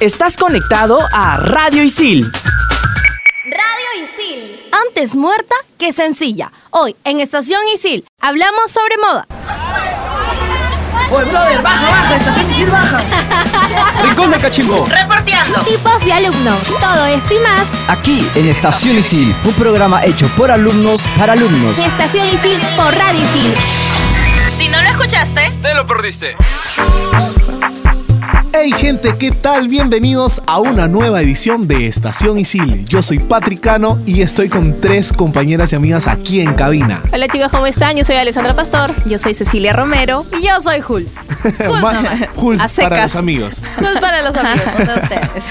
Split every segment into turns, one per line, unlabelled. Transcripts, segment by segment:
Estás conectado a Radio Isil.
Radio Isil.
Antes muerta que sencilla. Hoy en Estación Isil hablamos sobre moda.
Oye, brother, baja, baja, Estación Isil baja.
Rincón de Cachimbo.
Reporteando.
Tipos de alumnos. Todo esto y más
Aquí en Estación Isil, un programa hecho por alumnos para alumnos.
en Estación Isil por Radio Isil.
Si no lo escuchaste,
Te lo perdiste.
Hey gente, ¿qué tal? Bienvenidos a una nueva edición de Estación Isil. Yo soy Patricano y estoy con tres compañeras y amigas aquí en cabina.
Hola chicos, ¿cómo están? Yo soy Alessandra Pastor.
Yo soy Cecilia Romero.
Y yo soy Jules. Jules
Ma-
nomás.
Jules
A
para
secas.
los amigos.
Jules para los amigos, no ustedes.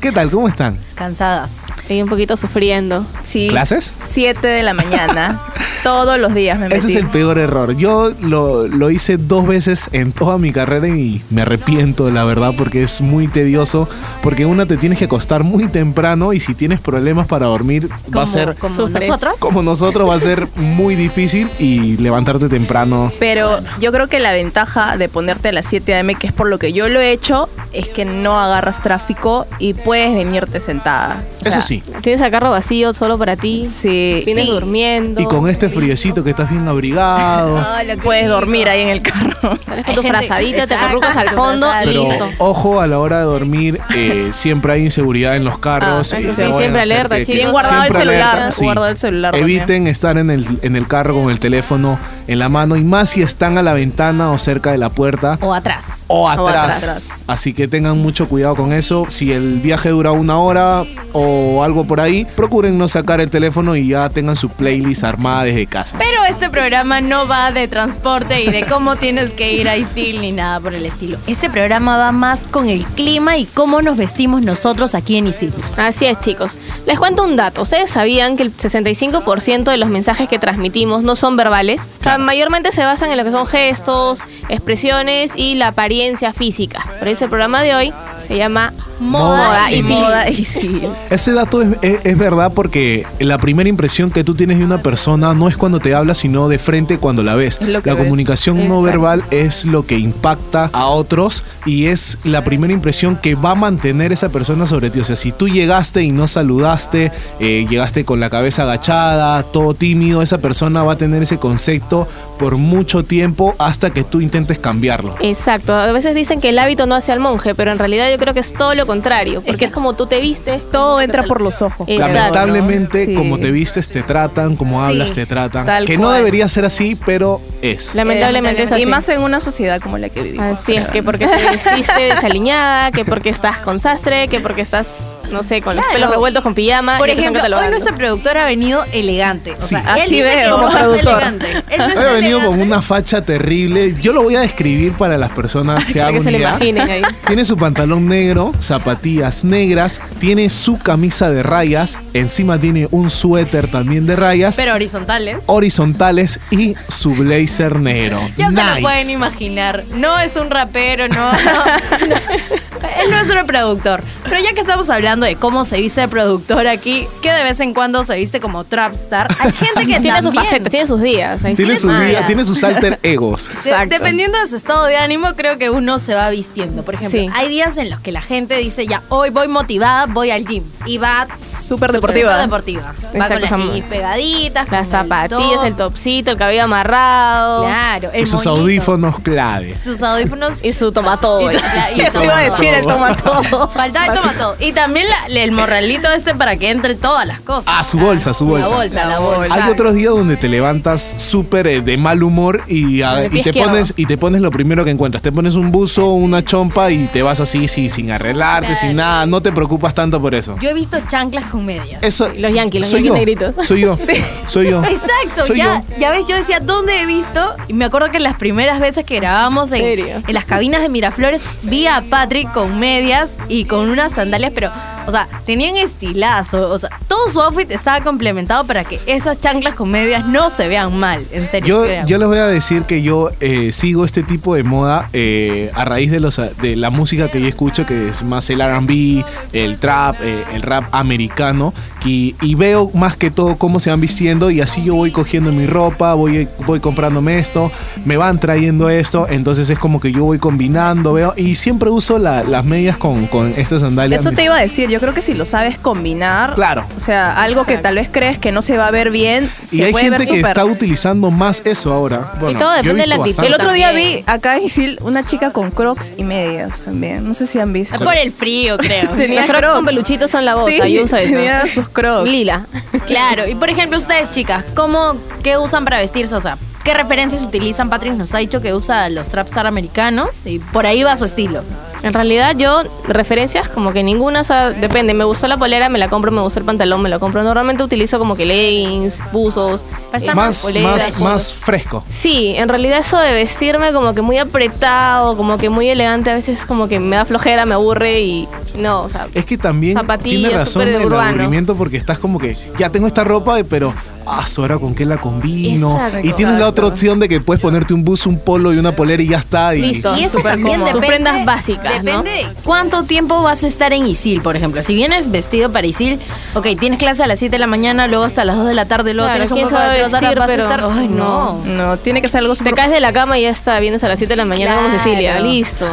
¿Qué tal? ¿Cómo están?
Cansadas.
Estoy un poquito sufriendo.
Sí.
¿Clases?
7 de la mañana. Todos los días me metí.
Ese es el peor error. Yo lo, lo hice dos veces en toda mi carrera y me arrepiento, la verdad, porque es muy tedioso. Porque una te tienes que acostar muy temprano y si tienes problemas para dormir va a ser...
como
sufres.
nosotros.
Como nosotros va a ser muy difícil y levantarte temprano
Pero yo creo que la ventaja de ponerte a las 7 a.m., que es por lo que yo lo he hecho, es que no agarras tráfico y puedes venirte sentada. O sea,
Eso sí.
Tienes a carro vacío solo para ti.
Sí.
Vienes
Sí.
durmiendo.
Y con este friecito que estás bien
Ah,
abrigado.
Puedes dormir ahí en el carro.
Sales
Hay
con tu
gente-
frazadita, te
Exacto,
acurrucas al
tu
fondo.
frazada.
Pero oh.
Listo.
ojo a la hora de dormir, eh, siempre hay inseguridad en los carros.
Ah,
y
eso sí,
no vayan
siempre
a hacer
alerta,
que-
chicos.
Bien guardado el
siempre
celular,
alerta, sí.
guardado el celular también.
Eviten estar en el, en el carro con el teléfono en la mano y más si están a la ventana o cerca de la puerta
O atrás.
o atrás.
atrás.
Así que tengan mucho cuidado con eso. Si el viaje dura una hora o algo por ahí, procuren no sacar el teléfono y ya tengan su playlist armada desde casa.
Pero este programa no va de transporte y de cómo tienes que ir a Isil ni nada por el estilo. Este programa va más con el clima y cómo nos vestimos nosotros aquí en Isil.
Así es, chicos. Les cuento un dato. ¿Ustedes sabían que el 65% de los mensajes que transmitimos no son verbales? O sea, mayormente se basan en lo que son gestos, expresiones y la apariencia física. Por eso el programa de hoy se llama
Moda
Y
Isil.
moda y sí.
Ese dato es, es- es verdad porque la primera impresión que tú tienes de una persona no es cuando te habla, sino de frente cuando la ves.
Es lo que
la
ves.
comunicación no
Exacto.
verbal es lo que impacta a otros y es la primera impresión que va a mantener esa persona sobre ti. O sea, si tú llegaste y no saludaste, eh, llegaste con la cabeza agachada, todo tímido, esa persona va a tener ese concepto por mucho tiempo hasta que tú intentes cambiarlo.
Exacto, a veces dicen que el hábito no hace al monje, pero en realidad yo creo que es todo lo contrario, porque
que
es, como tú te vistes.
Todo entra por los ojos.
Exacto.
Lamentablemente,
Sí.
como te vistes, te tratan, como hablas, te tratan.
tal
que no
cual.
debería ser así, pero es.
Lamentablemente es así.
Eh, Y más en una sociedad como la que vivimos.
Así es, que porque te vestiste desaliñada, que porque estás con sastre, que porque estás, no sé, con los
Claro.
pelos revueltos con pijama.
Por
ya te están
ejemplo, hoy
catalogando.
nuestro productor ha venido elegante. O
Sí.
sea, él
Así
dice que
veo.
no está
Como productor.
elegante. Él no
Hoy
está
ha venido
elegante.
con una facha terrible. Yo lo voy a describir para las personas, se
Para
hagan
que se
una
lo
idea.
imaginen ahí.
Tiene su pantalón negro, zapatillas negras, tiene su camisa de rayas, encima tiene un suéter también de rayas,
Pero horizontales.
horizontales y su blazer negro.
Ya se lo
Nice.
pueden imaginar. No es un rapero, no. no. es nuestro productor. Pero ya que estamos hablando de cómo se viste el productor aquí, que de vez en cuando se viste como trapstar, hay gente que
Tiene sus
también,
facetas, tiene sus días. ahí.
Tiene
Tiene
sus
rayas.
días, tiene sus alter egos.
de- dependiendo de su estado de ánimo, creo que uno se va vistiendo. Por ejemplo,
Sí.
hay días en los que la gente dice, ya, hoy voy motivada, voy al gym. Y va
Súper deportiva.
súper deportiva. Va
Exacto,
con las
esa-
jeans pegaditas.
Las
con
zapatillas, el
top.
topsito, el cabello amarrado.
Claro, el
Y sus
moñito.
audífonos clave.
Sus audífonos.
Y su tomatodo.
Y-
Eso iba a decir, el tomatodo.
Faltaba el tomatodo. Y también la- el morralito este para que entre todas las cosas.
Ah, su bolsa, su bolsa.
La bolsa, la bolsa.
Hay otros días donde te levantas súper eh, de mal humor y, a-
Con el pie
y te
izquierdo.
pones y te pones lo primero que encuentras. Te pones un buzo, una chompa y te vas así sí, sin arreglarte, sin nada. No te preocupas tanto por eso.
Yo he visto chanclas con medias.
Eso
Los yanquis, los
soy
yanquis
yo,
negritos.
Soy yo. Soy yo.
Exacto,
Soy
ya,
yo.
ya ves, yo decía, ¿dónde he visto? Y me acuerdo que las primeras veces que grabamos en,
¿Serio?
en las cabinas de Miraflores, vi a Patrick con medias y con unas sandalias, pero, o sea, tenían estilazo. O sea, todo su outfit estaba complementado para que esas chanclas con medias no se vean mal. En serio.
Yo,
créanme.
yo les voy a decir que yo eh, sigo este tipo de moda eh, a raíz de, los, de la música que yo escucho, que es más el RB, el trap, eh, el rap americano, y, y veo más que todo cómo se van vistiendo y así yo voy cogiendo mi ropa, voy, voy comprándome esto, me van trayendo esto, entonces es como que yo voy combinando, veo, y siempre uso la- las medias con, con estas sandalias.
Eso te iba a decir, yo creo que si lo sabes combinar,
Claro.
o sea, algo que tal vez crees que no se va a ver bien,
y
se
hay
puede
gente
ver
que
súper.
está utilizando más eso ahora. Bueno,
todo
yo he
depende de la
visto bastante.
actitud.
El otro día vi
También.
acá en Isil una chica con crocs y medias también. No sé si han visto.
Es por el frío, creo.
Tenía
Los crocs
crocs.
con peluchitos son la bota,
Sí,
yo uso eso.
tenía sus crocs.
Lila.
Claro, y por ejemplo, ustedes, chicas, ¿cómo, ¿qué usan para vestirse? O sea, ¿qué referencias utilizan? Patrick nos ha dicho que usa los trapstar americanos y por ahí va su estilo.
En realidad yo, referencias como que ninguna, o sea, depende, me gustó la polera, me la compro, me gustó el pantalón, me lo compro. Normalmente utilizo como que leggings, buzos, eh,
Para estar
Más,
poleras,
más,
cosas.
más fresco.
Sí, en realidad eso de vestirme como que muy apretado, como que muy elegante, a veces como que me da flojera, me aburre y no, o sea,
Es que también
Zapatillas,
tiene razón
súper
el
urbano.
aburrimiento porque estás como que ya tengo esta ropa, pero ah, su, ahora con qué la combino.
Exacto.
y tienes la otra opción de que puedes ponerte un bus, un polo y una polera y ya está. Y,
listo.
Y eso
súper
también
cómodo.
depende.
Tus prendas básicas, ¿no?
Depende de cuánto tiempo vas a estar en Isil, por ejemplo. Si vienes vestido para Isil, ok, tienes clase a las 7 de la mañana, luego hasta las 2 de la tarde, luego
Claro,
tienes un
¿quién
poco
se va
de
a
trozar,
vestir?
vas
Pero-
a estar. Ay, no.
No, tiene que ser algo
Te
súper
caes de la cama y ya está, vienes a las 7 de la mañana como
Claro.
Cecilia, listo.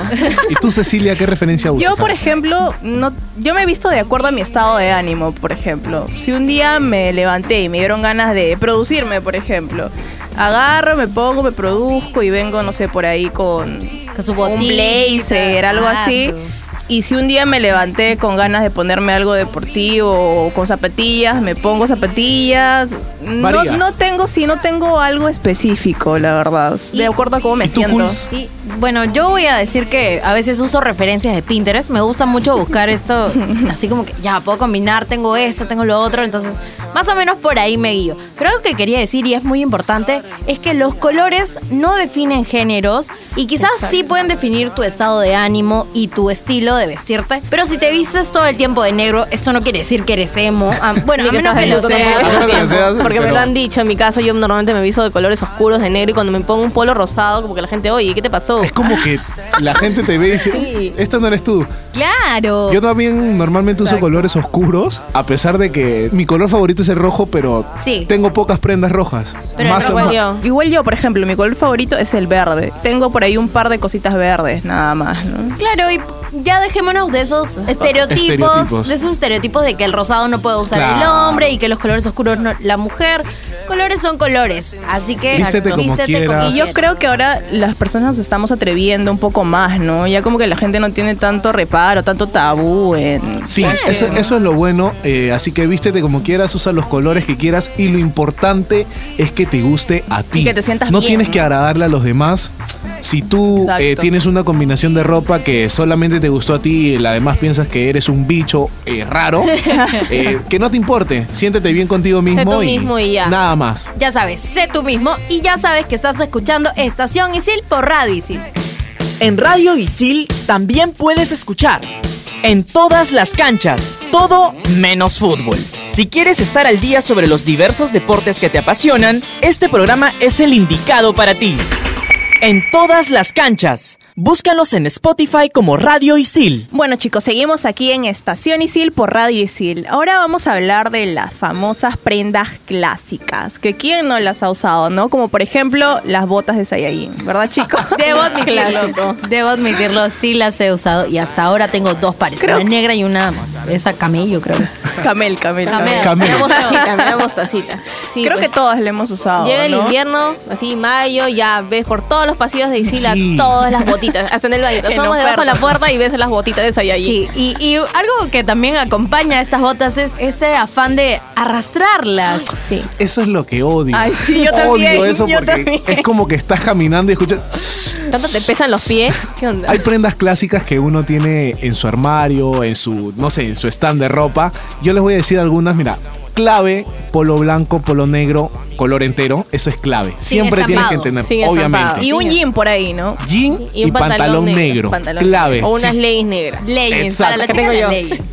y tú, Cecilia, ¿qué referencia usas?
Yo, por ejemplo, no, yo me he visto de acuerdo a mi estado de ánimo, por ejemplo. Si un día me levanté y me dieron ganas de producirme, por ejemplo, agarro, me pongo, me produzco y vengo, no sé, por ahí con,
Con su
un
botita,
blazer, algo
ah,
así.
claro.
Y si un día me levanté con ganas de ponerme algo deportivo o con zapatillas, me pongo zapatillas. No,
Varía.
no tengo, sí, no tengo algo específico, la verdad. De acuerdo a cómo me
¿Y tú,
siento.
Jules?
Y bueno, yo voy a decir que a veces uso referencias de Pinterest. Me gusta mucho buscar esto, así como que ya puedo combinar, tengo esto, tengo lo otro. Entonces, más o menos por ahí me guío. Pero algo que quería decir y es muy importante es que los colores no definen géneros y quizás sí pueden definir tu estado de ánimo y tu estilo de vestirte. Pero si te vistes todo el tiempo de negro, esto no quiere decir que eres emo. Ah, bueno,
Sí
a
que
menos
estás
que lo
del otro
sea.
lado
Ahora que lo seas,
Porque me
pero-
lo han dicho, en mi caso yo normalmente me visto de colores oscuros, de negro, y cuando me pongo un polo rosado, como que la gente, oye, ¿qué te pasó?
Es como que la gente te ve y dice, "Uh, esta no eres tú.
Claro.
Yo también normalmente uso colores oscuros, a pesar de que mi color favorito es el rojo, pero
Sí.
tengo pocas prendas rojas.
Pero el
más o
rojo-
menos.
Yo.
Igual yo, por ejemplo, mi color favorito es el verde. Tengo por ahí un par de cositas verdes, nada más, ¿no?
Claro, y ya dejémonos de esos estereotipos,
Ah, Estereotipos.
de esos estereotipos de que el rosado no puede usar el
Claro.
hombre y que los colores oscuros no- la mujer. Colores son colores, así que
Vístete como quieras.
Y yo
quieras.
creo que ahora las personas nos estamos atreviendo un poco más, ¿no? Ya como que la gente no tiene tanto reparo, tanto tabú en...
Sí, eso, eso es lo bueno. eh, así que vístete como quieras, usa los colores que quieras y lo importante es que te guste a ti.
que te sientas
No
bien,
tienes
¿no?
que agradarle a los demás. Si tú
Exacto.
eh, tienes una combinación de ropa que solamente te gustó a ti y la demás piensas que eres un bicho eh, raro, eh, que no te importe. Siéntete bien contigo mismo,
tú
y,
mismo y ya.
nada más.
Ya sabes, sé tú mismo y ya sabes que estás escuchando Estación Isil por Radio Isil.
En Radio Isil también puedes escuchar en todas las canchas, todo menos fútbol. Si quieres estar al día sobre los diversos deportes que te apasionan, este programa es el indicado para ti. En todas las canchas, búscanos en Spotify como Radio Isil.
Bueno chicos, seguimos aquí en Estación Isil por Radio Isil. Ahora vamos a hablar de las famosas prendas clásicas, que quién no las ha usado, ¿no? Como por ejemplo las botas de Saiyajin, ¿verdad chicos?
Debo admitirlo, debo admitirlo, sí las he usado y hasta ahora tengo dos pares,
Creo
una
que-
negra y una esa camello creo. que es.
Camel, camel, camel.
Camel.
Camel.
Me da mostacita, me da mostacita. Sí,
Creo
pues,
que todas las hemos
Oh,
usado,
Llega el
¿no?
invierno, así mayo, ya ves por todos los pasillos de Isila
Sí.
todas las botitas, hasta en el baño.
En
Somos debajo de la
oferta.
puerta y ves las botitas de Saiyajin.
Sí, y, y algo que también acompaña a estas botas es ese afán de arrastrarlas.
Sí.
Eso es lo que odio.
Ay, sí, yo
odio
también,
eso
yo
porque
también.
es como que estás caminando y escuchas.
¿Tanto te pesan los pies? ¿Qué onda?
Hay prendas clásicas que uno tiene en su armario, en su, no sé, en su stand de ropa. Yo les voy a decir algunas, mira, clave, polo blanco, polo negro, color entero, eso es clave. Siempre tienes
estampado.
que entender,
Sin
obviamente.
estampado.
Y un jean por ahí, ¿no?
Jean y,
Y un
pantalón,
pantalón negro.
negro.
Pantalón
clave.
O unas
Sí,
leyes negras.
Leggings,
Exacto.
para la
Que
chica
tengo yo.
la leggings.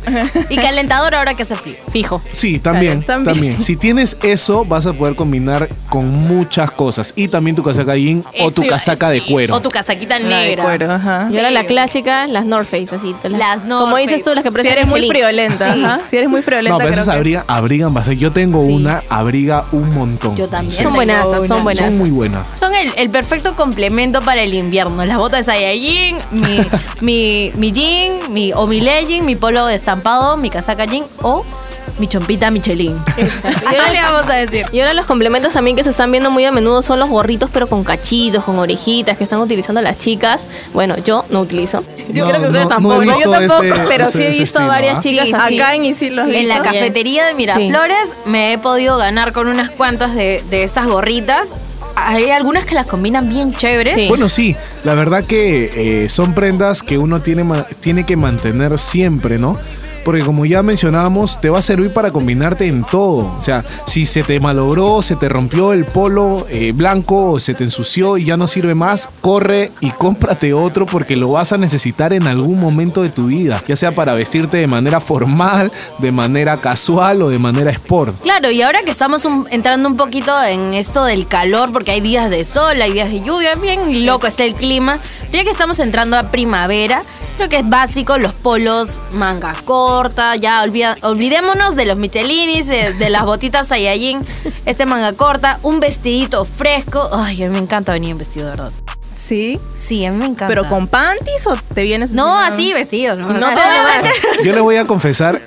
Y calentador ahora que hace frío.
Fijo.
Sí, también,
Claro,
también.
también.
Si tienes eso, vas a poder combinar con muchas cosas. Y también tu casaca jean o
Eso
tu
iba a
casaca de
decir.
cuero.
O tu casaquita
La de
negra.
cuero, ajá.
Y ahora la clásica, las North Face, así. te
Las North
Como dices tú, las que
Si
parecen
eres muy
Michelin.
friolenta,
este Sí.
ajá. Si eres muy friolenta,
no, pero
creo
pues esas
que-
abriga- abrigan bastante. Yo tengo una, abriga un montón.
Yo también.
Son
Tengo
buenazas, son
una.
buenas.
Son muy buenas.
Son el, el perfecto complemento para el invierno. Las botas de Saiyajin, mi, mi, mi jean, mi, o mi legging, mi polo de estampado, mi casaca jean o mi chompita Michelin. Así le vamos a decir.
Y ahora los complementos también que se están viendo muy a menudo son los gorritos, pero con cachitos, con orejitas, que están utilizando las chicas. Bueno, yo no utilizo. Yo
No,
creo
no,
que ustedes
no
tampoco.
he visto
yo tampoco,
ese-
pero
ese-
sí he
ese
visto
estilo,
varias
¿ah?
chicas
Sí,
así.
Acá en Isil los
En la
Bien.
cafetería de Miraflores me he podido ganar con unas cuantas de, de estas gorritas. Hay algunas que las combinan bien chéveres.
Sí.
Bueno, sí, la verdad que eh, son prendas que uno tiene, ma- tiene que mantener siempre, ¿no? Porque como ya mencionábamos, te va a servir para combinarte en todo. O sea, si se te malogró, se te rompió el polo eh, blanco, o se te ensució y ya no sirve más, corre y cómprate otro porque lo vas a necesitar en algún momento de tu vida. Ya sea para vestirte de manera formal, de manera casual o de manera sport.
Claro, y ahora que estamos un- entrando un poquito en esto del calor, porque hay días de sol, hay días de lluvia, bien loco está el clima, pero ya que estamos entrando a primavera, creo que es básico los polos, manga corta, ya olvida- olvidémonos de los michelinis, de, de las botitas Saiyajin, este manga corta, un vestidito fresco, ay, a mí me encanta venir en vestido, de ¿verdad?
Sí.
Sí, a mí me encanta.
¿Pero con panties o te vienes
No,
una-
así vestido, ¿no?
No,
Yo le voy a confesar,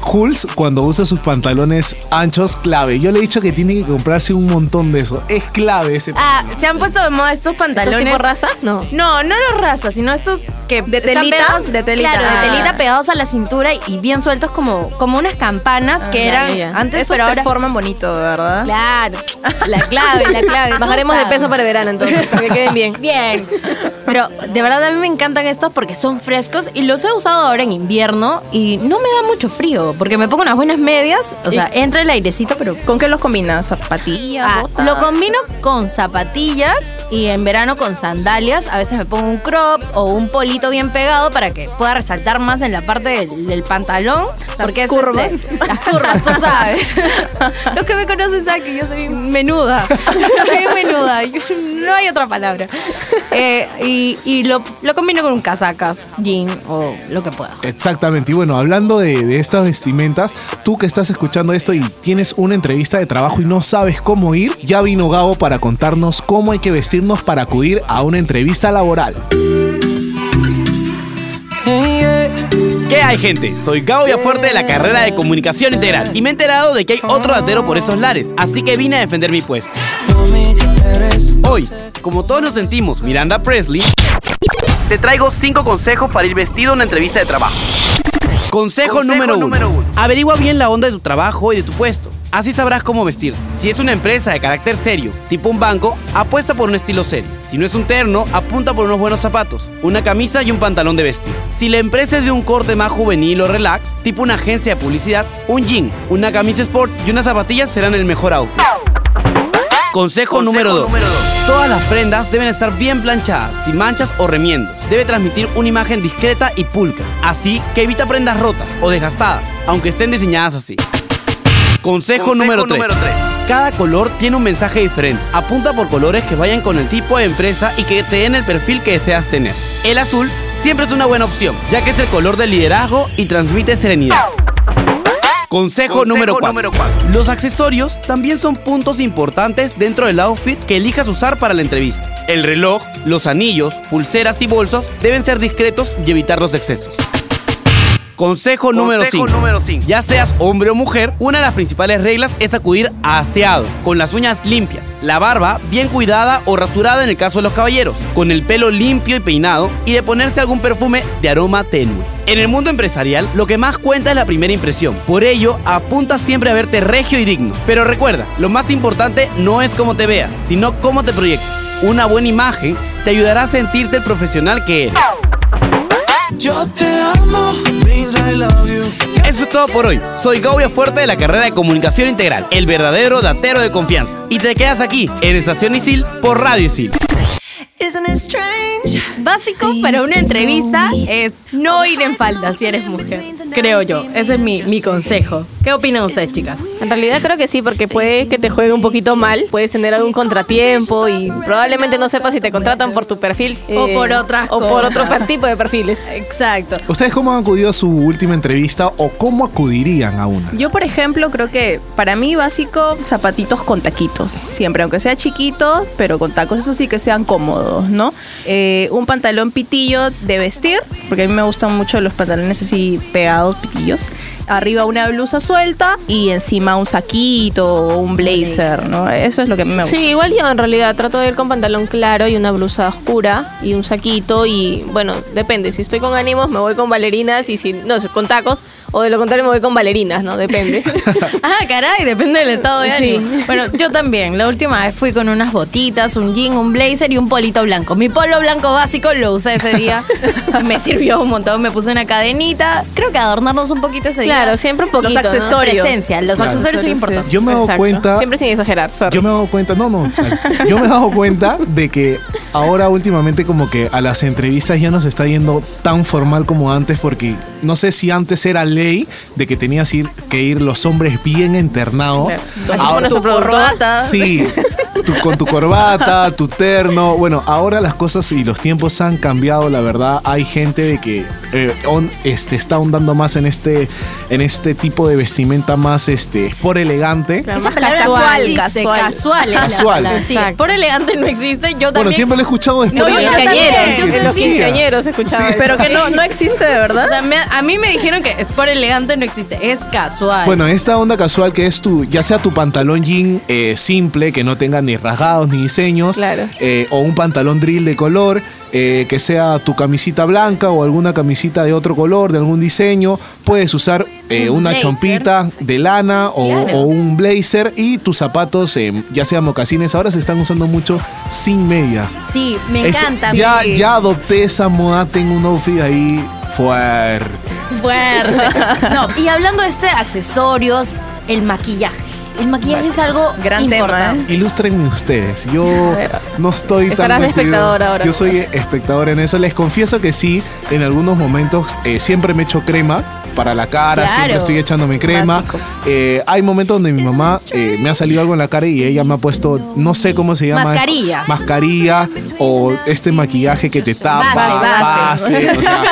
Jules, cuando usa sus pantalones anchos, clave. Yo le he dicho que tiene que comprarse un montón de eso. Es clave ese.
Ah, se han puesto de moda estos pantalones.
tipo rasta? No.
No, no los rastas, sino estos que.
¿De
están
telita?
pegados-
De telita.
Claro,
Ah.
de telita pegados a la cintura y- y bien sueltos como, como unas campanas que
Ah, ya,
eran
ya, ya.
antes,
Esos
pero
te
ahora.
forman bonito, ¿verdad?
Claro, la clave, la clave. tú
Bajaremos de
sabes.
peso para el verano entonces, para que queden bien.
Bien. Pero de verdad a mí me encantan estos porque son frescos y los he usado ahora en invierno y no me da mucho frío porque me pongo unas buenas medias, o sea, entra el airecito, pero
¿Con qué los combinas? ¿Zapatillas?
Ah,
botas?
lo combino con zapatillas y en verano con sandalias. A veces me pongo un crop o un polito bien pegado para que pueda resaltar más en la parte del, del pantalón. porque es,
curvas.
este, las curvas, tú sabes. Los que me conocen saben que yo soy menuda. Soy menuda. Yo- No hay otra palabra. Eh, y y lo, lo combino con un casacas, jean o lo que pueda.
Exactamente. Y bueno, hablando de, de estas vestimentas, tú que estás escuchando esto y tienes una entrevista de trabajo y no sabes cómo ir, ya vino Gabo para contarnos cómo hay que vestirnos para acudir a una entrevista laboral.
¿Qué hay, gente? Soy Gabo Villafuerte de la carrera de Comunicación Integral y me he enterado de que hay otro datero por estos lares, así que vine a defender mi puesto. Hoy, como todos nos sentimos Miranda Presley, te traigo 5 consejos para ir vestido a una entrevista de trabajo. Consejo, número 1. Averigua bien la onda de tu trabajo y de tu puesto. Así sabrás cómo vestir. Si es una empresa de carácter serio, tipo un banco, apuesta por un estilo serio. Si no es un terno, apunta por unos buenos zapatos, una camisa y un pantalón de vestir. Si la empresa es de un corte más juvenil o relax, tipo una agencia de publicidad, un jean, una camisa sport y unas zapatillas serán el mejor outfit. Consejo, número 2. Todas las prendas deben estar bien planchadas, sin manchas o remiendos. Debe transmitir una imagen discreta y pulcra, así que evita prendas rotas o desgastadas, aunque estén diseñadas así. Consejo, número 3. Cada color tiene un mensaje diferente. Apunta por colores que vayan con el tipo de empresa y que te den el perfil que deseas tener. El azul siempre es una buena opción, ya que es el color del liderazgo y transmite serenidad. Consejo, número 4. Los accesorios también son puntos importantes dentro del outfit que elijas usar para la entrevista. El reloj, los anillos, pulseras y bolsos deben ser discretos y evitar los excesos. Consejo número 5. Ya seas hombre o mujer, una de las principales reglas es acudir aseado, con las uñas limpias, la barba bien cuidada o rasurada en el caso de los caballeros, con el pelo limpio y peinado y de ponerse algún perfume de aroma tenue. En el mundo empresarial, lo que más cuenta es la primera impresión. Por ello, apunta siempre a verte regio y digno. Pero recuerda, lo más importante no es cómo te veas, sino cómo te proyectas. Una buena imagen te ayudará a sentirte el profesional que eres. Eso es todo por hoy. Soy Gaudia Fuerte de la carrera de Comunicación Integral, el verdadero datero de confianza. Y te quedas aquí, en Estación Isil, por Radio Isil.
Básico para una entrevista es no ir en falda si eres mujer. Creo yo. Ese es mi, mi consejo. ¿Qué opinan ustedes, chicas?
En realidad creo que sí, porque puede que te juegue un poquito mal, puedes tener algún contratiempo y probablemente no sepas si te contratan por tu perfil eh,
O por otras
o por otro
cosas.
tipo de perfiles.
Exacto.
¿Ustedes cómo han acudido a su última entrevista o cómo acudirían a una?
Yo, por ejemplo, creo que para mí básico, zapatitos con taquitos. Siempre, aunque sea chiquito, pero con tacos, eso sí que sean cómodos, ¿no? Eh, un pantalón pitillo de vestir, porque a mí me gustan mucho los pantalones así pegados, pitillos. Arriba una blusa suelta y encima un saquito o un blazer, ¿no? Eso es lo que a mí me gusta.
Sí, igual yo en realidad trato de ir con pantalón claro y una blusa oscura y un saquito y bueno, depende, si estoy con ánimos me voy con bailarinas y si no sé, con tacos o de lo contrario me voy con bailarinas, ¿no? Depende.
Ah, caray, depende del estado de
Sí.
ánimo. Bueno, yo también. La última vez fui con unas botitas, un jean, un blazer y un polito blanco. Mi polo blanco básico lo usé ese día. Me sirvió un montón. Me puse una cadenita. Creo que adornarnos un poquito ese día.
claro, siempre un poquito.
Los
¿no?
accesorios.
Presencia, los
Claro.
accesorios son importantes.
Yo me he dado
Exacto.
cuenta
Siempre sin exagerar, sorry.
Yo me he dado cuenta, no, no, yo me he dado cuenta de que ahora últimamente como que a las entrevistas ya no se está yendo tan formal como antes porque no sé si antes era ley de que tenías ir- que ir los hombres bien internados.
Así como
Ahora-
nuestro productor.
Sí, tú con tu corbata, tu terno. Bueno, ahora las cosas y los tiempos han cambiado, la verdad. Hay gente de que eh, on- este, está ahondando más en este, en este tipo de vestimenta más este, por elegante.
Claro,
Esa
más
palabra
casual.
no existe,
casual.
Casual. es la
Casual.
palabra, sí.
Exacto.
por elegante no existe. Yo
Bueno,
también.
siempre lo he escuchado después.
Los
No, yo
de-
también.
quinceañeros,
Yo
en los
existía.
quinceañeros escuchaba. eso.
Pero que no, no existe de
o
verdad.
sea, me- a mí me dijeron que es por elegante no existe. Es casual.
Bueno, esta onda casual que es tu, ya sea tu pantalón jean eh, simple, que no tenga ni rasgados ni diseños,
Claro.
eh, o un pantalón drill de color, eh, que sea tu camisita blanca o alguna camisita de otro color, de algún diseño, puedes usar eh, una
blazer.
chompita de lana o, o un blazer y tus zapatos, eh, ya sea mocasines, ahora se están usando mucho sin medias.
sí, me
Es-
encanta.
ya,
sí.
ya adopté esa moda, tengo un outfit ahí fuerte.
Fuerte. No, y hablando de este accesorios, el maquillaje. El maquillaje es algo
Gran tema,
importante.
¿eh?
Ilústrenme ustedes. Yo no estoy tan
Estarás de
metido.
espectador ahora.
Yo soy espectador en eso. Les confieso que sí, en algunos momentos eh, siempre me echo crema para la cara,
Claro.
siempre estoy echándome crema.
Básico.
Eh, hay momentos donde mi mamá eh, me ha salido algo en la cara y ella me ha puesto, no sé cómo se llama.
Mascarillas.
Mascarilla o este maquillaje que te tapa,
Base,
base, o sea,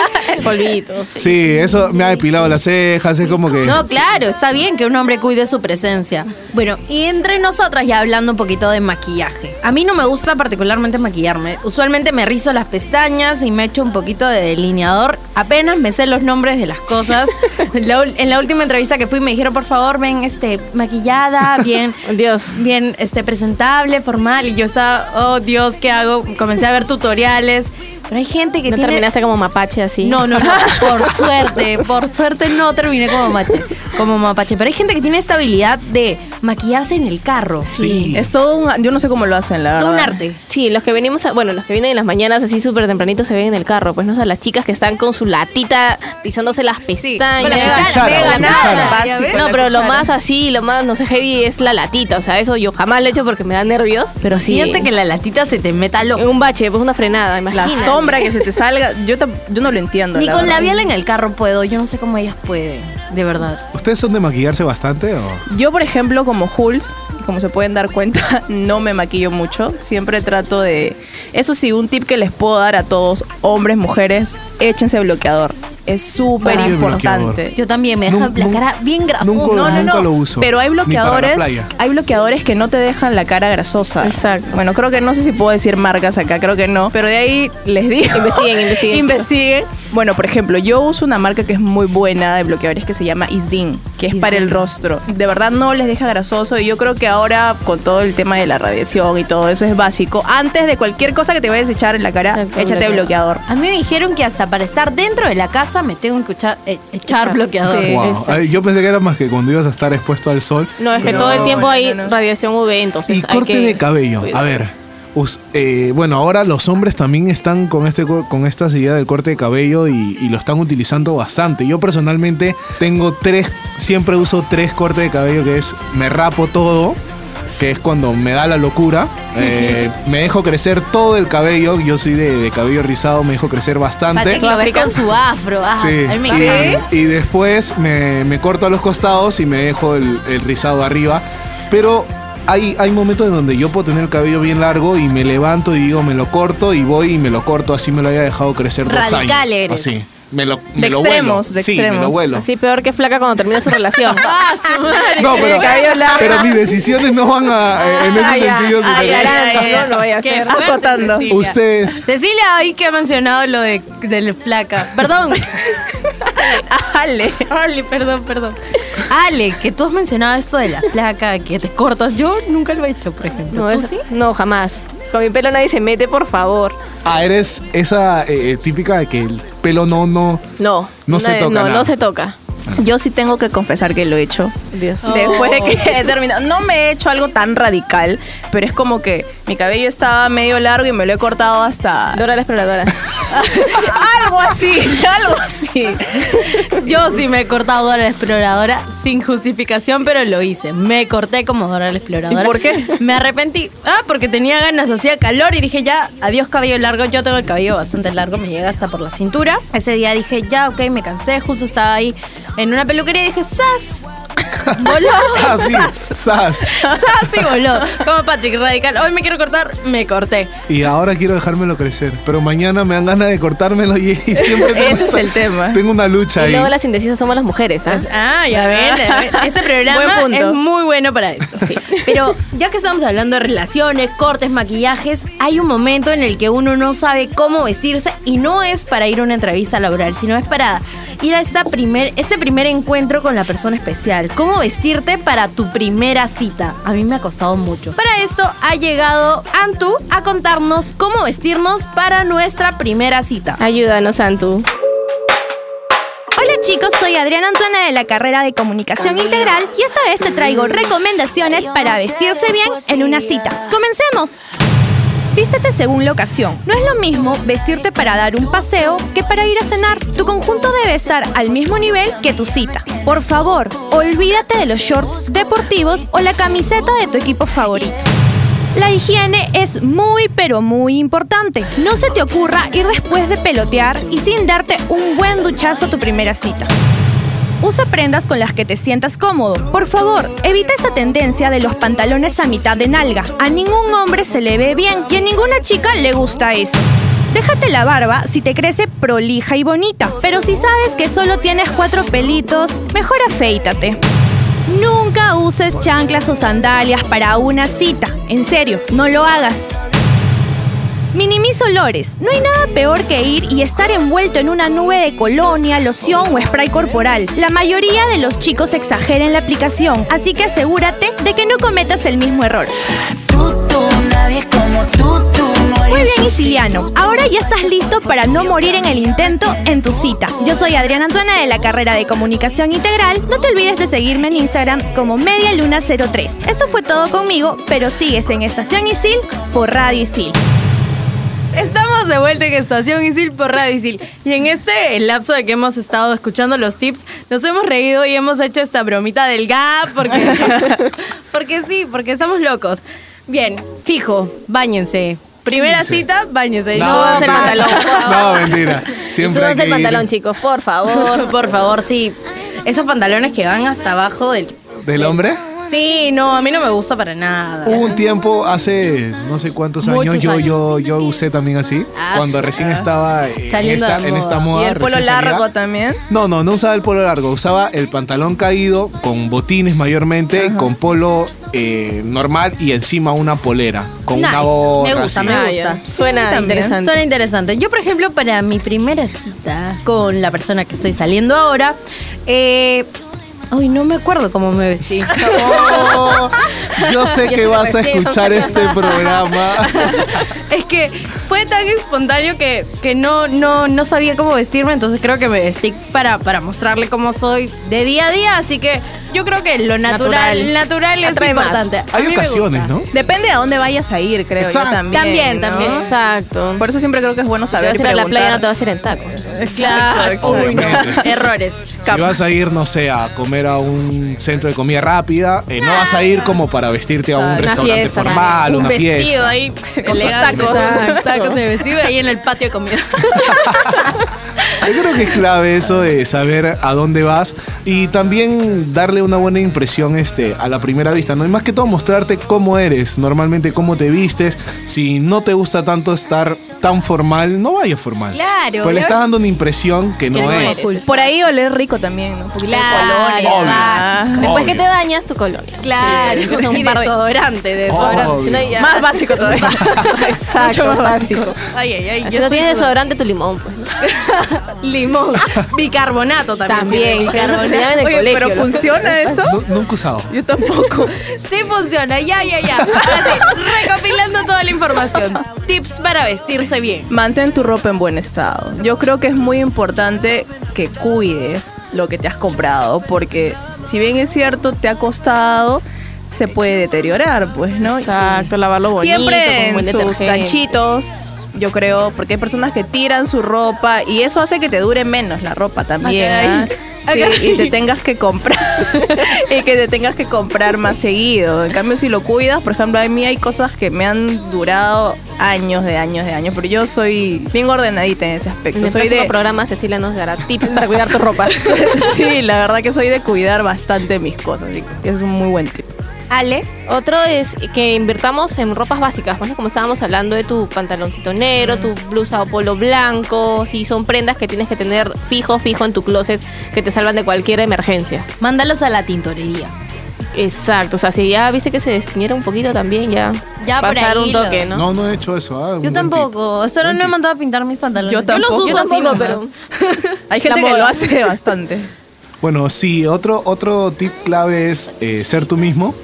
Polvitos.
sí, eso me ha depilado las cejas, es como que...
No, claro, está bien que un hombre cuide su presencia. Bueno, y entre nosotras ya hablando un poquito de maquillaje. A mí no me gusta particularmente maquillarme. Usualmente me rizo las pestañas y me echo un poquito de delineador. Apenas me sé los nombres de las cosas. La ul- en la última entrevista que fui me dijeron, por favor, ven este, maquillada, bien,
Dios.
bien este, presentable, formal. Y yo estaba, oh Dios, ¿qué hago? Comencé a ver tutoriales. Pero hay gente que
No
tiene...
terminaste como mapache así.
No, no, no. Por suerte, por suerte no terminé como mapache. Como mapache. Pero hay gente que tiene esta habilidad de maquillarse en el carro.
Sí.
Es todo un. Yo no sé cómo lo hacen, la
Es todo un
verdad.
arte.
Sí, los que venimos, a- bueno, los que vienen en las mañanas así súper tempranito se ven en el carro, pues no, o sea, las chicas que están con su latita rizándose las pestañas.
Con la
Su
cuchara,
cuchara,
pega,
su
nada.
cuchara.
Ya ves.
Básico.
No,
la
pero lo
cuchara.
más así, lo más, no sé, heavy es la latita, o sea, eso yo jamás lo he hecho porque me da nervios, pero sí.
Siente que la latita se te meta al ojo.
un bache, pues una frenada,
La
imagínate.
sombra que se te salga, yo, tam- yo no lo entiendo.
Ni
la
con
verdad.
labial en el carro puedo. Yo no sé cómo ellas pueden. De verdad.
¿Ustedes son de maquillarse bastante o...?
Yo, por ejemplo, como Jules, como se pueden dar cuenta, no me maquillo mucho. Siempre trato de. Eso sí, un tip que les puedo dar a todos, hombres, mujeres, échense bloqueador. Es súper
Odio el
importante.
bloqueador.
Yo también me deja
Nun-
la
nun-
cara bien grasosa.
nunca-
No, no, no.
Nunca lo uso.
Pero hay
Ni para la
bloqueadores,
playa.
hay bloqueadores que no te dejan la cara grasosa.
Exacto.
Bueno, creo que no sé si puedo decir marcas acá, creo que no. Pero de ahí les digo.
Investiguen, investiguen,
investiguen. Bueno, por ejemplo, yo uso una marca que es muy buena de bloqueadores que se llama Isdin, que es
Isdin.
para el rostro. De verdad no les deja grasoso y yo creo que ahora con todo el tema de la radiación y todo eso es básico. Antes de cualquier cosa que te vayas a echar en la cara,
Exacto,
échate bloqueador.
bloqueador.
A mí me dijeron que hasta para estar dentro de la casa me tengo que echar, eh, echar bloqueador.
Sí.
Wow.
Eh, Exacto.
Ay, Yo pensé que era más que cuando ibas a estar expuesto al sol.
No, es que
No,
todo el tiempo
no,
hay
no, no.
radiación UV, entonces
Y
hay
corte
que
de cabello. A
cuidar.
ver, us- eh, bueno, ahora los hombres también están con, este, co- con esta idea del corte de cabello y, y lo están utilizando bastante. Yo personalmente tengo tres, siempre uso tres cortes de cabello que es me rapo todo, que es cuando me da la locura. eh, me dejo crecer todo el cabello, yo soy de, de cabello rizado, me dejo crecer bastante.
Patrick lo ve con su afro. Ah,
Sí,
a mí me
sí.
encanta.
Y después me, me corto a los costados y me dejo el, el rizado arriba. Pero hay, hay momentos en donde yo puedo tener el cabello bien largo y me levanto y digo, me lo corto y voy y me lo corto. Así me lo había dejado crecer dos
Radical
años.
eres.
Así. Me lo, me
De
lo
extremos,
vuelo.
de
sí, me lo
extremos.
vuelo.
Así peor que flaca cuando termina su relación.
Ah, su madre.
No, pero,
cabello largo.
pero mis decisiones no van a, eh, en ese
Ah, ya,
sentido.
ah,
sino-
ya, ya.
Aclarando,
no, no vaya a
Qué
ser. Ah,
fuerte,
Acotando.
Cecilia.
Ustedes,
Cecilia, ahí que ha mencionado lo de del flaca. Perdón.
Ale.
Ale, perdón, perdón. Ale, que tú has mencionado esto de la flaca, que te cortas. Yo nunca lo he hecho, por ejemplo.
No,
¿Tú
eso-
sí?
no, jamás. Con mi pelo nadie se mete, por favor.
ah, eres esa eh, eh, típica de que el pelo no, no.
No.
No se
nadie-
toca
No,
nada.
no se toca.
Yo sí tengo que confesar que lo he hecho.
Dios.
Después
Oh.
de que he terminado. No me he hecho algo tan radical, pero es como que mi cabello estaba medio largo y me lo he cortado hasta.
Dora la exploradora.
algo así, algo así.
Yo sí me he cortado Dora la Exploradora sin justificación, pero lo hice. Me corté como Dora la Exploradora.
¿Y por qué?
Me arrepentí. Ah, porque tenía ganas, hacía calor y dije ya, adiós cabello largo. Yo tengo el cabello bastante largo, me llega hasta por la cintura. Ese día dije ya, ok, me cansé. Justo estaba ahí en una peluquería y dije, ¡zas! Voló.
Ah,
Así, sas.
¡Zas! Y voló. Como Patrick Radical. Hoy me quiero cortar, me corté.
Y ahora quiero dejármelo crecer. Pero mañana me dan ganas de cortármelo y, y siempre tengo,
Ese es el tema.
tengo una lucha
Y
ahí.
luego las indecisas somos las mujeres, ¿ah?
Ah, ya ven, ya ven. Este programa
Buen punto.
es muy bueno para esto, sí. Pero ya que estamos hablando de relaciones, cortes, maquillajes, hay un momento en el que uno no sabe cómo vestirse y no es para ir a una entrevista laboral, sino es para ir a esta primer, este primer encuentro con la persona especial. ¿Cómo vestirte para tu primera cita? A mí me ha costado mucho. Para esto ha llegado Antu a contarnos cómo vestirnos para nuestra primera cita.
Ayúdanos, Santu.
Hola chicos, soy Adriana Antuana de la carrera de Comunicación Integral y esta vez te traigo recomendaciones para vestirse bien en una cita. ¡Comencemos! Vístete según la ocasión. No es lo mismo vestirte para dar un paseo que para ir a cenar. Tu conjunto debe estar al mismo nivel que tu cita. Por favor, olvídate de los shorts deportivos o la camiseta de tu equipo favorito. La higiene es muy pero muy importante. No se te ocurra ir después de pelotear y sin darte un buen duchazo a tu primera cita. Usa prendas con las que te sientas cómodo. Por favor, evita esa tendencia de los pantalones a mitad de nalga. A ningún hombre se le ve bien y a ninguna chica le gusta eso. Déjate la barba si te crece prolija y bonita, pero si sabes que solo tienes cuatro pelitos, mejor afeítate. Nunca uses chanclas o sandalias para una cita. En serio, no lo hagas. Minimiza olores. No hay nada peor que ir y estar envuelto en una nube de colonia, loción o spray corporal. La mayoría de los chicos exageran la aplicación, así que asegúrate de que no cometas el mismo error. Muy bien, Isiliano. Ahora ya estás listo para no morir en el intento en tu cita. Yo soy Adriana Antuana de la carrera de Comunicación Integral. No te olvides de seguirme en Instagram como Medialuna03. Esto fue todo conmigo, pero sigues en Estación Isil por Radio Isil.
Estamos de vuelta en Estación Isil por Radio Isil. Y en este lapso de que hemos estado escuchando los tips, nos hemos reído y hemos hecho esta bromita del gap, porque, porque sí, porque estamos locos. Bien, fijo, báñense. Primera cita, báñense.
No,
súbanse el
no,
pantalón.
No, mentira. Siempre hay
Súbanse
que
el
ir.
pantalón, chicos, por favor.
Por favor, sí. Esos pantalones que van hasta abajo del...
¿Del hombre?
Sí, no, a mí no me gusta para nada.
Hubo un tiempo, hace no sé cuántos años,
Muchos
yo,
años.
yo, yo usé también así.
Ah,
cuando
sí.
recién estaba eh, en
Saliendo
esta,
de
en esta
moda.
moda.
Y el polo
recién salida.
largo también.
No, no, no usaba el polo largo, usaba el pantalón caído con botines mayormente, con polo eh, normal y encima una polera, con
Nice.
una gorra.
Me gusta,
así.
me
Ah,
gusta.
ya. Suena
También.
interesante.
Suena interesante. Yo, por ejemplo, para mi primera cita con la persona que estoy saliendo ahora, eh, Ay, no me acuerdo cómo me vestí.
Oh, Yo sé que vas a escuchar este programa.
Es que fue tan espontáneo que, que no, no, no sabía cómo vestirme, entonces creo que me vestí para, para mostrarle cómo soy de día a día, así que yo creo que lo natural,
Natural.
natural, es
Atrae más.
importante. A
Hay
mí me
ocasiones,
gusta.
¿no?
Depende a dónde vayas a ir, creo
Exacto.
yo también.
También,
¿no?
también.
Exacto.
Por eso siempre creo que es bueno
Te
saber
vas a ir a la playa, no te
preguntar.
vas a ir en tacos.
Claro.
Exacto,
Uy, no.
exactamente.
Errores.
Si vas a ir, no sé, a comer a un centro de comida rápida, eh, no vas a ir como para vestirte a un
Una
restaurante
fiesta,
formal,
Un
una
vestido
fiesta.
ahí
Con sus
elegante.
tacos.
Exacto. Tacos de vestido ahí en el patio de comida.
Yo creo que es clave eso de saber a dónde vas y también darle una buena impresión este, a la primera vista, ¿no? Y más que todo mostrarte cómo eres, normalmente cómo te vistes. Si no te gusta tanto estar tan formal, no vayas formal.
Claro,
Pues le
¿verdad?
estás dando una impresión que no
no
es.
eres.
Por ahí oler rico también, ¿no? Un poquito de
Claro,
colonia.
básico.
Después
Obvio.
que te dañas tu colonia.
Claro,
Sí, son
y
un par de-
desodorante, desodorante.
Obvio.
Si no, ya-
Más básico todavía.
Exacto,
Mucho más
básico.
Ay, ay, ay.
Si
yo
no
estoy sudando.
tienes desodorante, tu limón, pues. ¿no?
Limón. Bicarbonato también.
También,
sirve,
sí, eso te enseñaban en el
Oye,
colegio.
pero
¿no?
¿funciona eso?
Nu- Nunca usado.
Yo tampoco.
Sí funciona, ya, ya, ya. Ahora sí, recopilando toda la información. Tips para vestirse bien.
Mantén tu ropa en buen estado. Yo creo que es muy importante que cuides lo que te has comprado, porque si bien es cierto, te ha costado, se puede deteriorar, pues, ¿no?
Exacto, lavarlo bonito.
Siempre
con buen
en sus
detergente.
ganchitos, yo creo, porque hay personas que tiran su ropa y eso hace que te dure menos la ropa también.
Ah, caray.
¿ah?
Ah,
Sí,
caray.
y te tengas que comprar y que te tengas que comprar más seguido. En cambio, si lo cuidas, por ejemplo, a mí hay cosas que me han durado años de años de años, pero yo soy bien ordenadita en este
En
aspecto.
el
Soy
próximo
de
programa Cecilia nos dará tips para cuidar tu ropa.
sí, la verdad que soy de cuidar bastante mis cosas. así que Es un muy buen tip.
Ale.
Otro es que invirtamos en ropas básicas, bueno, como estábamos hablando de tu pantaloncito negro, tu blusa o polo blanco, si son prendas que tienes que tener fijo, fijo en tu closet, que te salvan de cualquier emergencia.
Mándalos a la tintorería.
Exacto, o sea, si ya viste que se destiñera un poquito también, ya,
Ya por
pasar
ahí
un
lo-
toque, ¿no?
¿no? no, he hecho eso. ah, un
Yo
buen
tampoco. Solo no he mandado a pintar mis pantalones.
Yo tampoco.
Yo
Yo
los uso
tampoco,
así
pero-
pero...
Hay gente
La
que
moda.
lo hace bastante.
tip. Bueno, sí, otro, otro tip clave es eh, ser tú mismo.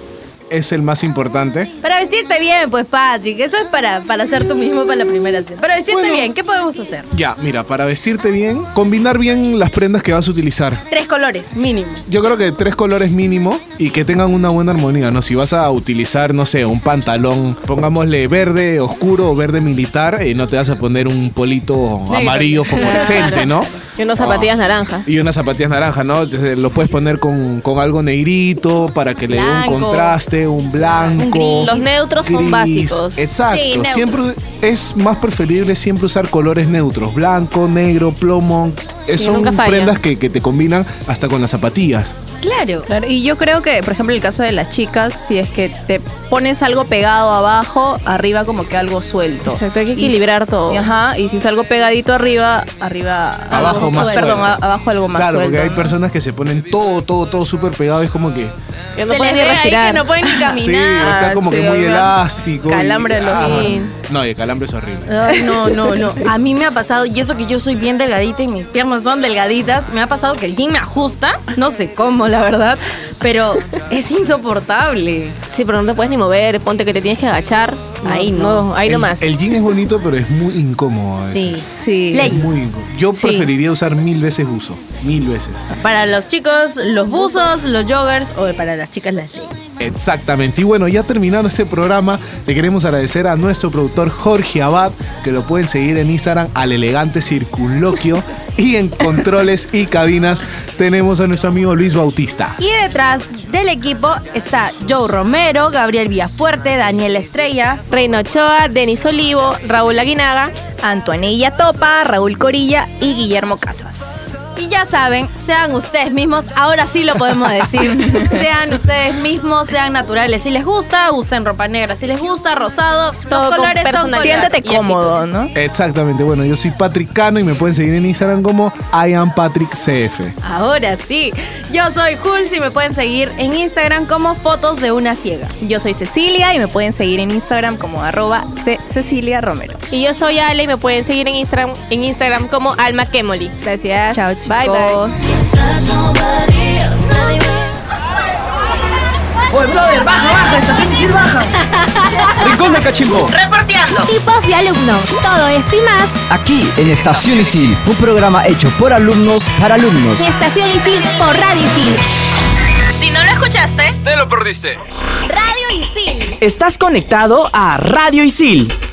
Es el más importante.
Para vestirte bien, pues, Patrick. Eso es para, para ser tú mismo para la primera cita. Para vestirte bien, ¿qué podemos hacer?
Ya, mira, para vestirte bien, combinar bien las prendas que vas a utilizar.
Tres colores, mínimo.
Yo creo que tres colores mínimo y que tengan una buena armonía, ¿no? Si vas a utilizar, no sé, un pantalón, pongámosle verde oscuro o verde militar, eh, no te vas a poner un polito amarillo fosforescente, ¿no?
Y unas zapatillas naranjas.
Y unas zapatillas naranja, ¿no? Entonces, eh, Lo puedes poner con, con algo negrito para que le dé un
Blanco.
contraste, un blanco.
Los neutros son
gris.
básicos.
Exacto.
Sí, neutros.
siempre es más preferible siempre usar colores neutros. Blanco, negro, plomo. Eh,
Sí,
son
nunca falla.
prendas que, que te combinan hasta con las zapatillas.
Claro.
Claro, y yo creo que, por ejemplo, el caso de las chicas, si es que te pones algo pegado abajo, arriba como que algo suelto.
Exacto, hay que
Y-
equilibrar todo.
y Ajá, y si es algo pegadito arriba, arriba algo
Abajo más
Ah, suelto. Perdón,
suelto.
a- abajo algo más
Claro,
suelto.
porque hay
¿no?
personas que se ponen todo, todo, todo súper pegado. Es como que.
Que no
Se les
pueden ni
ve ahí que
respirar.
no pueden ni
Sí,
caminar.
está como
sí,
que muy
obvio.
elástico. y-
Calambre en los
ah,
jeans.
No, y el calambre es horrible.
Ay, no, no, no. A mí me ha pasado, y eso que yo soy bien delgadita y mis piernas son delgaditas, me ha pasado que el jean me ajusta, no sé cómo, la verdad, pero es insoportable.
Sí, pero no te puedes ni mover, ponte que te tienes que agachar.
Ahí
Ahí
no.
no, ahí
el,
nomás.
El jean es bonito, pero es muy incómodo. a
Sí.
veces.
Sí.
Ley.
Es muy incómodo. Yo
Sí.
preferiría usar mil veces uso. Mil veces.
Para los chicos, los buzos, los joggers, o para las chicas, las leggings.
Exactamente. Y bueno, ya terminando este programa, le queremos agradecer a nuestro productor Jorge Abad, que lo pueden seguir en Instagram al elegante circunloquio. Y en controles y cabinas tenemos a nuestro amigo Luis Bautista.
Y detrás del equipo está Joe Romero, Gabriel Villafuerte, Daniel Estrella.
Reino Ochoa, Denis Olivo, Raúl Aguinaga.
Antoanilla Topa, Raúl Corilla y Guillermo Casas.
Y ya saben, sean ustedes mismos, ahora sí lo podemos decir. sean ustedes mismos, sean naturales si les gusta, usen ropa negra si les gusta, rosado,
Todo
los
con
colores son
personalidad.
sólidos.
Siéntate cómodo, ¿no?
Exactamente, bueno, yo soy Patrick Cano y me pueden seguir en Instagram como I am Patrick CF.
Ahora sí. Yo soy Jules y me pueden seguir en Instagram como fotos de una ciega.
Yo soy Cecilia y me pueden seguir en Instagram como arroba C- Cecilia Romero.
Y yo soy Ale y me pueden seguir en Instagram, en Instagram como Alma Kemoli. Gracias.
Chao chicos.
Bye bye.
Touch nobody else, not you.
pues, brother. Baja, baja, estación Isil baja.
Rincón de Cachimbo.
Reporteando.
Tipos de alumnos. Todo esto y más.
Aquí en Estación Isil, un programa hecho por alumnos para alumnos.
De Estación Isil por Radio Isil.
Si no lo escuchaste,
Te lo perdiste.
Radio Isil.
Estás conectado a Radio Isil.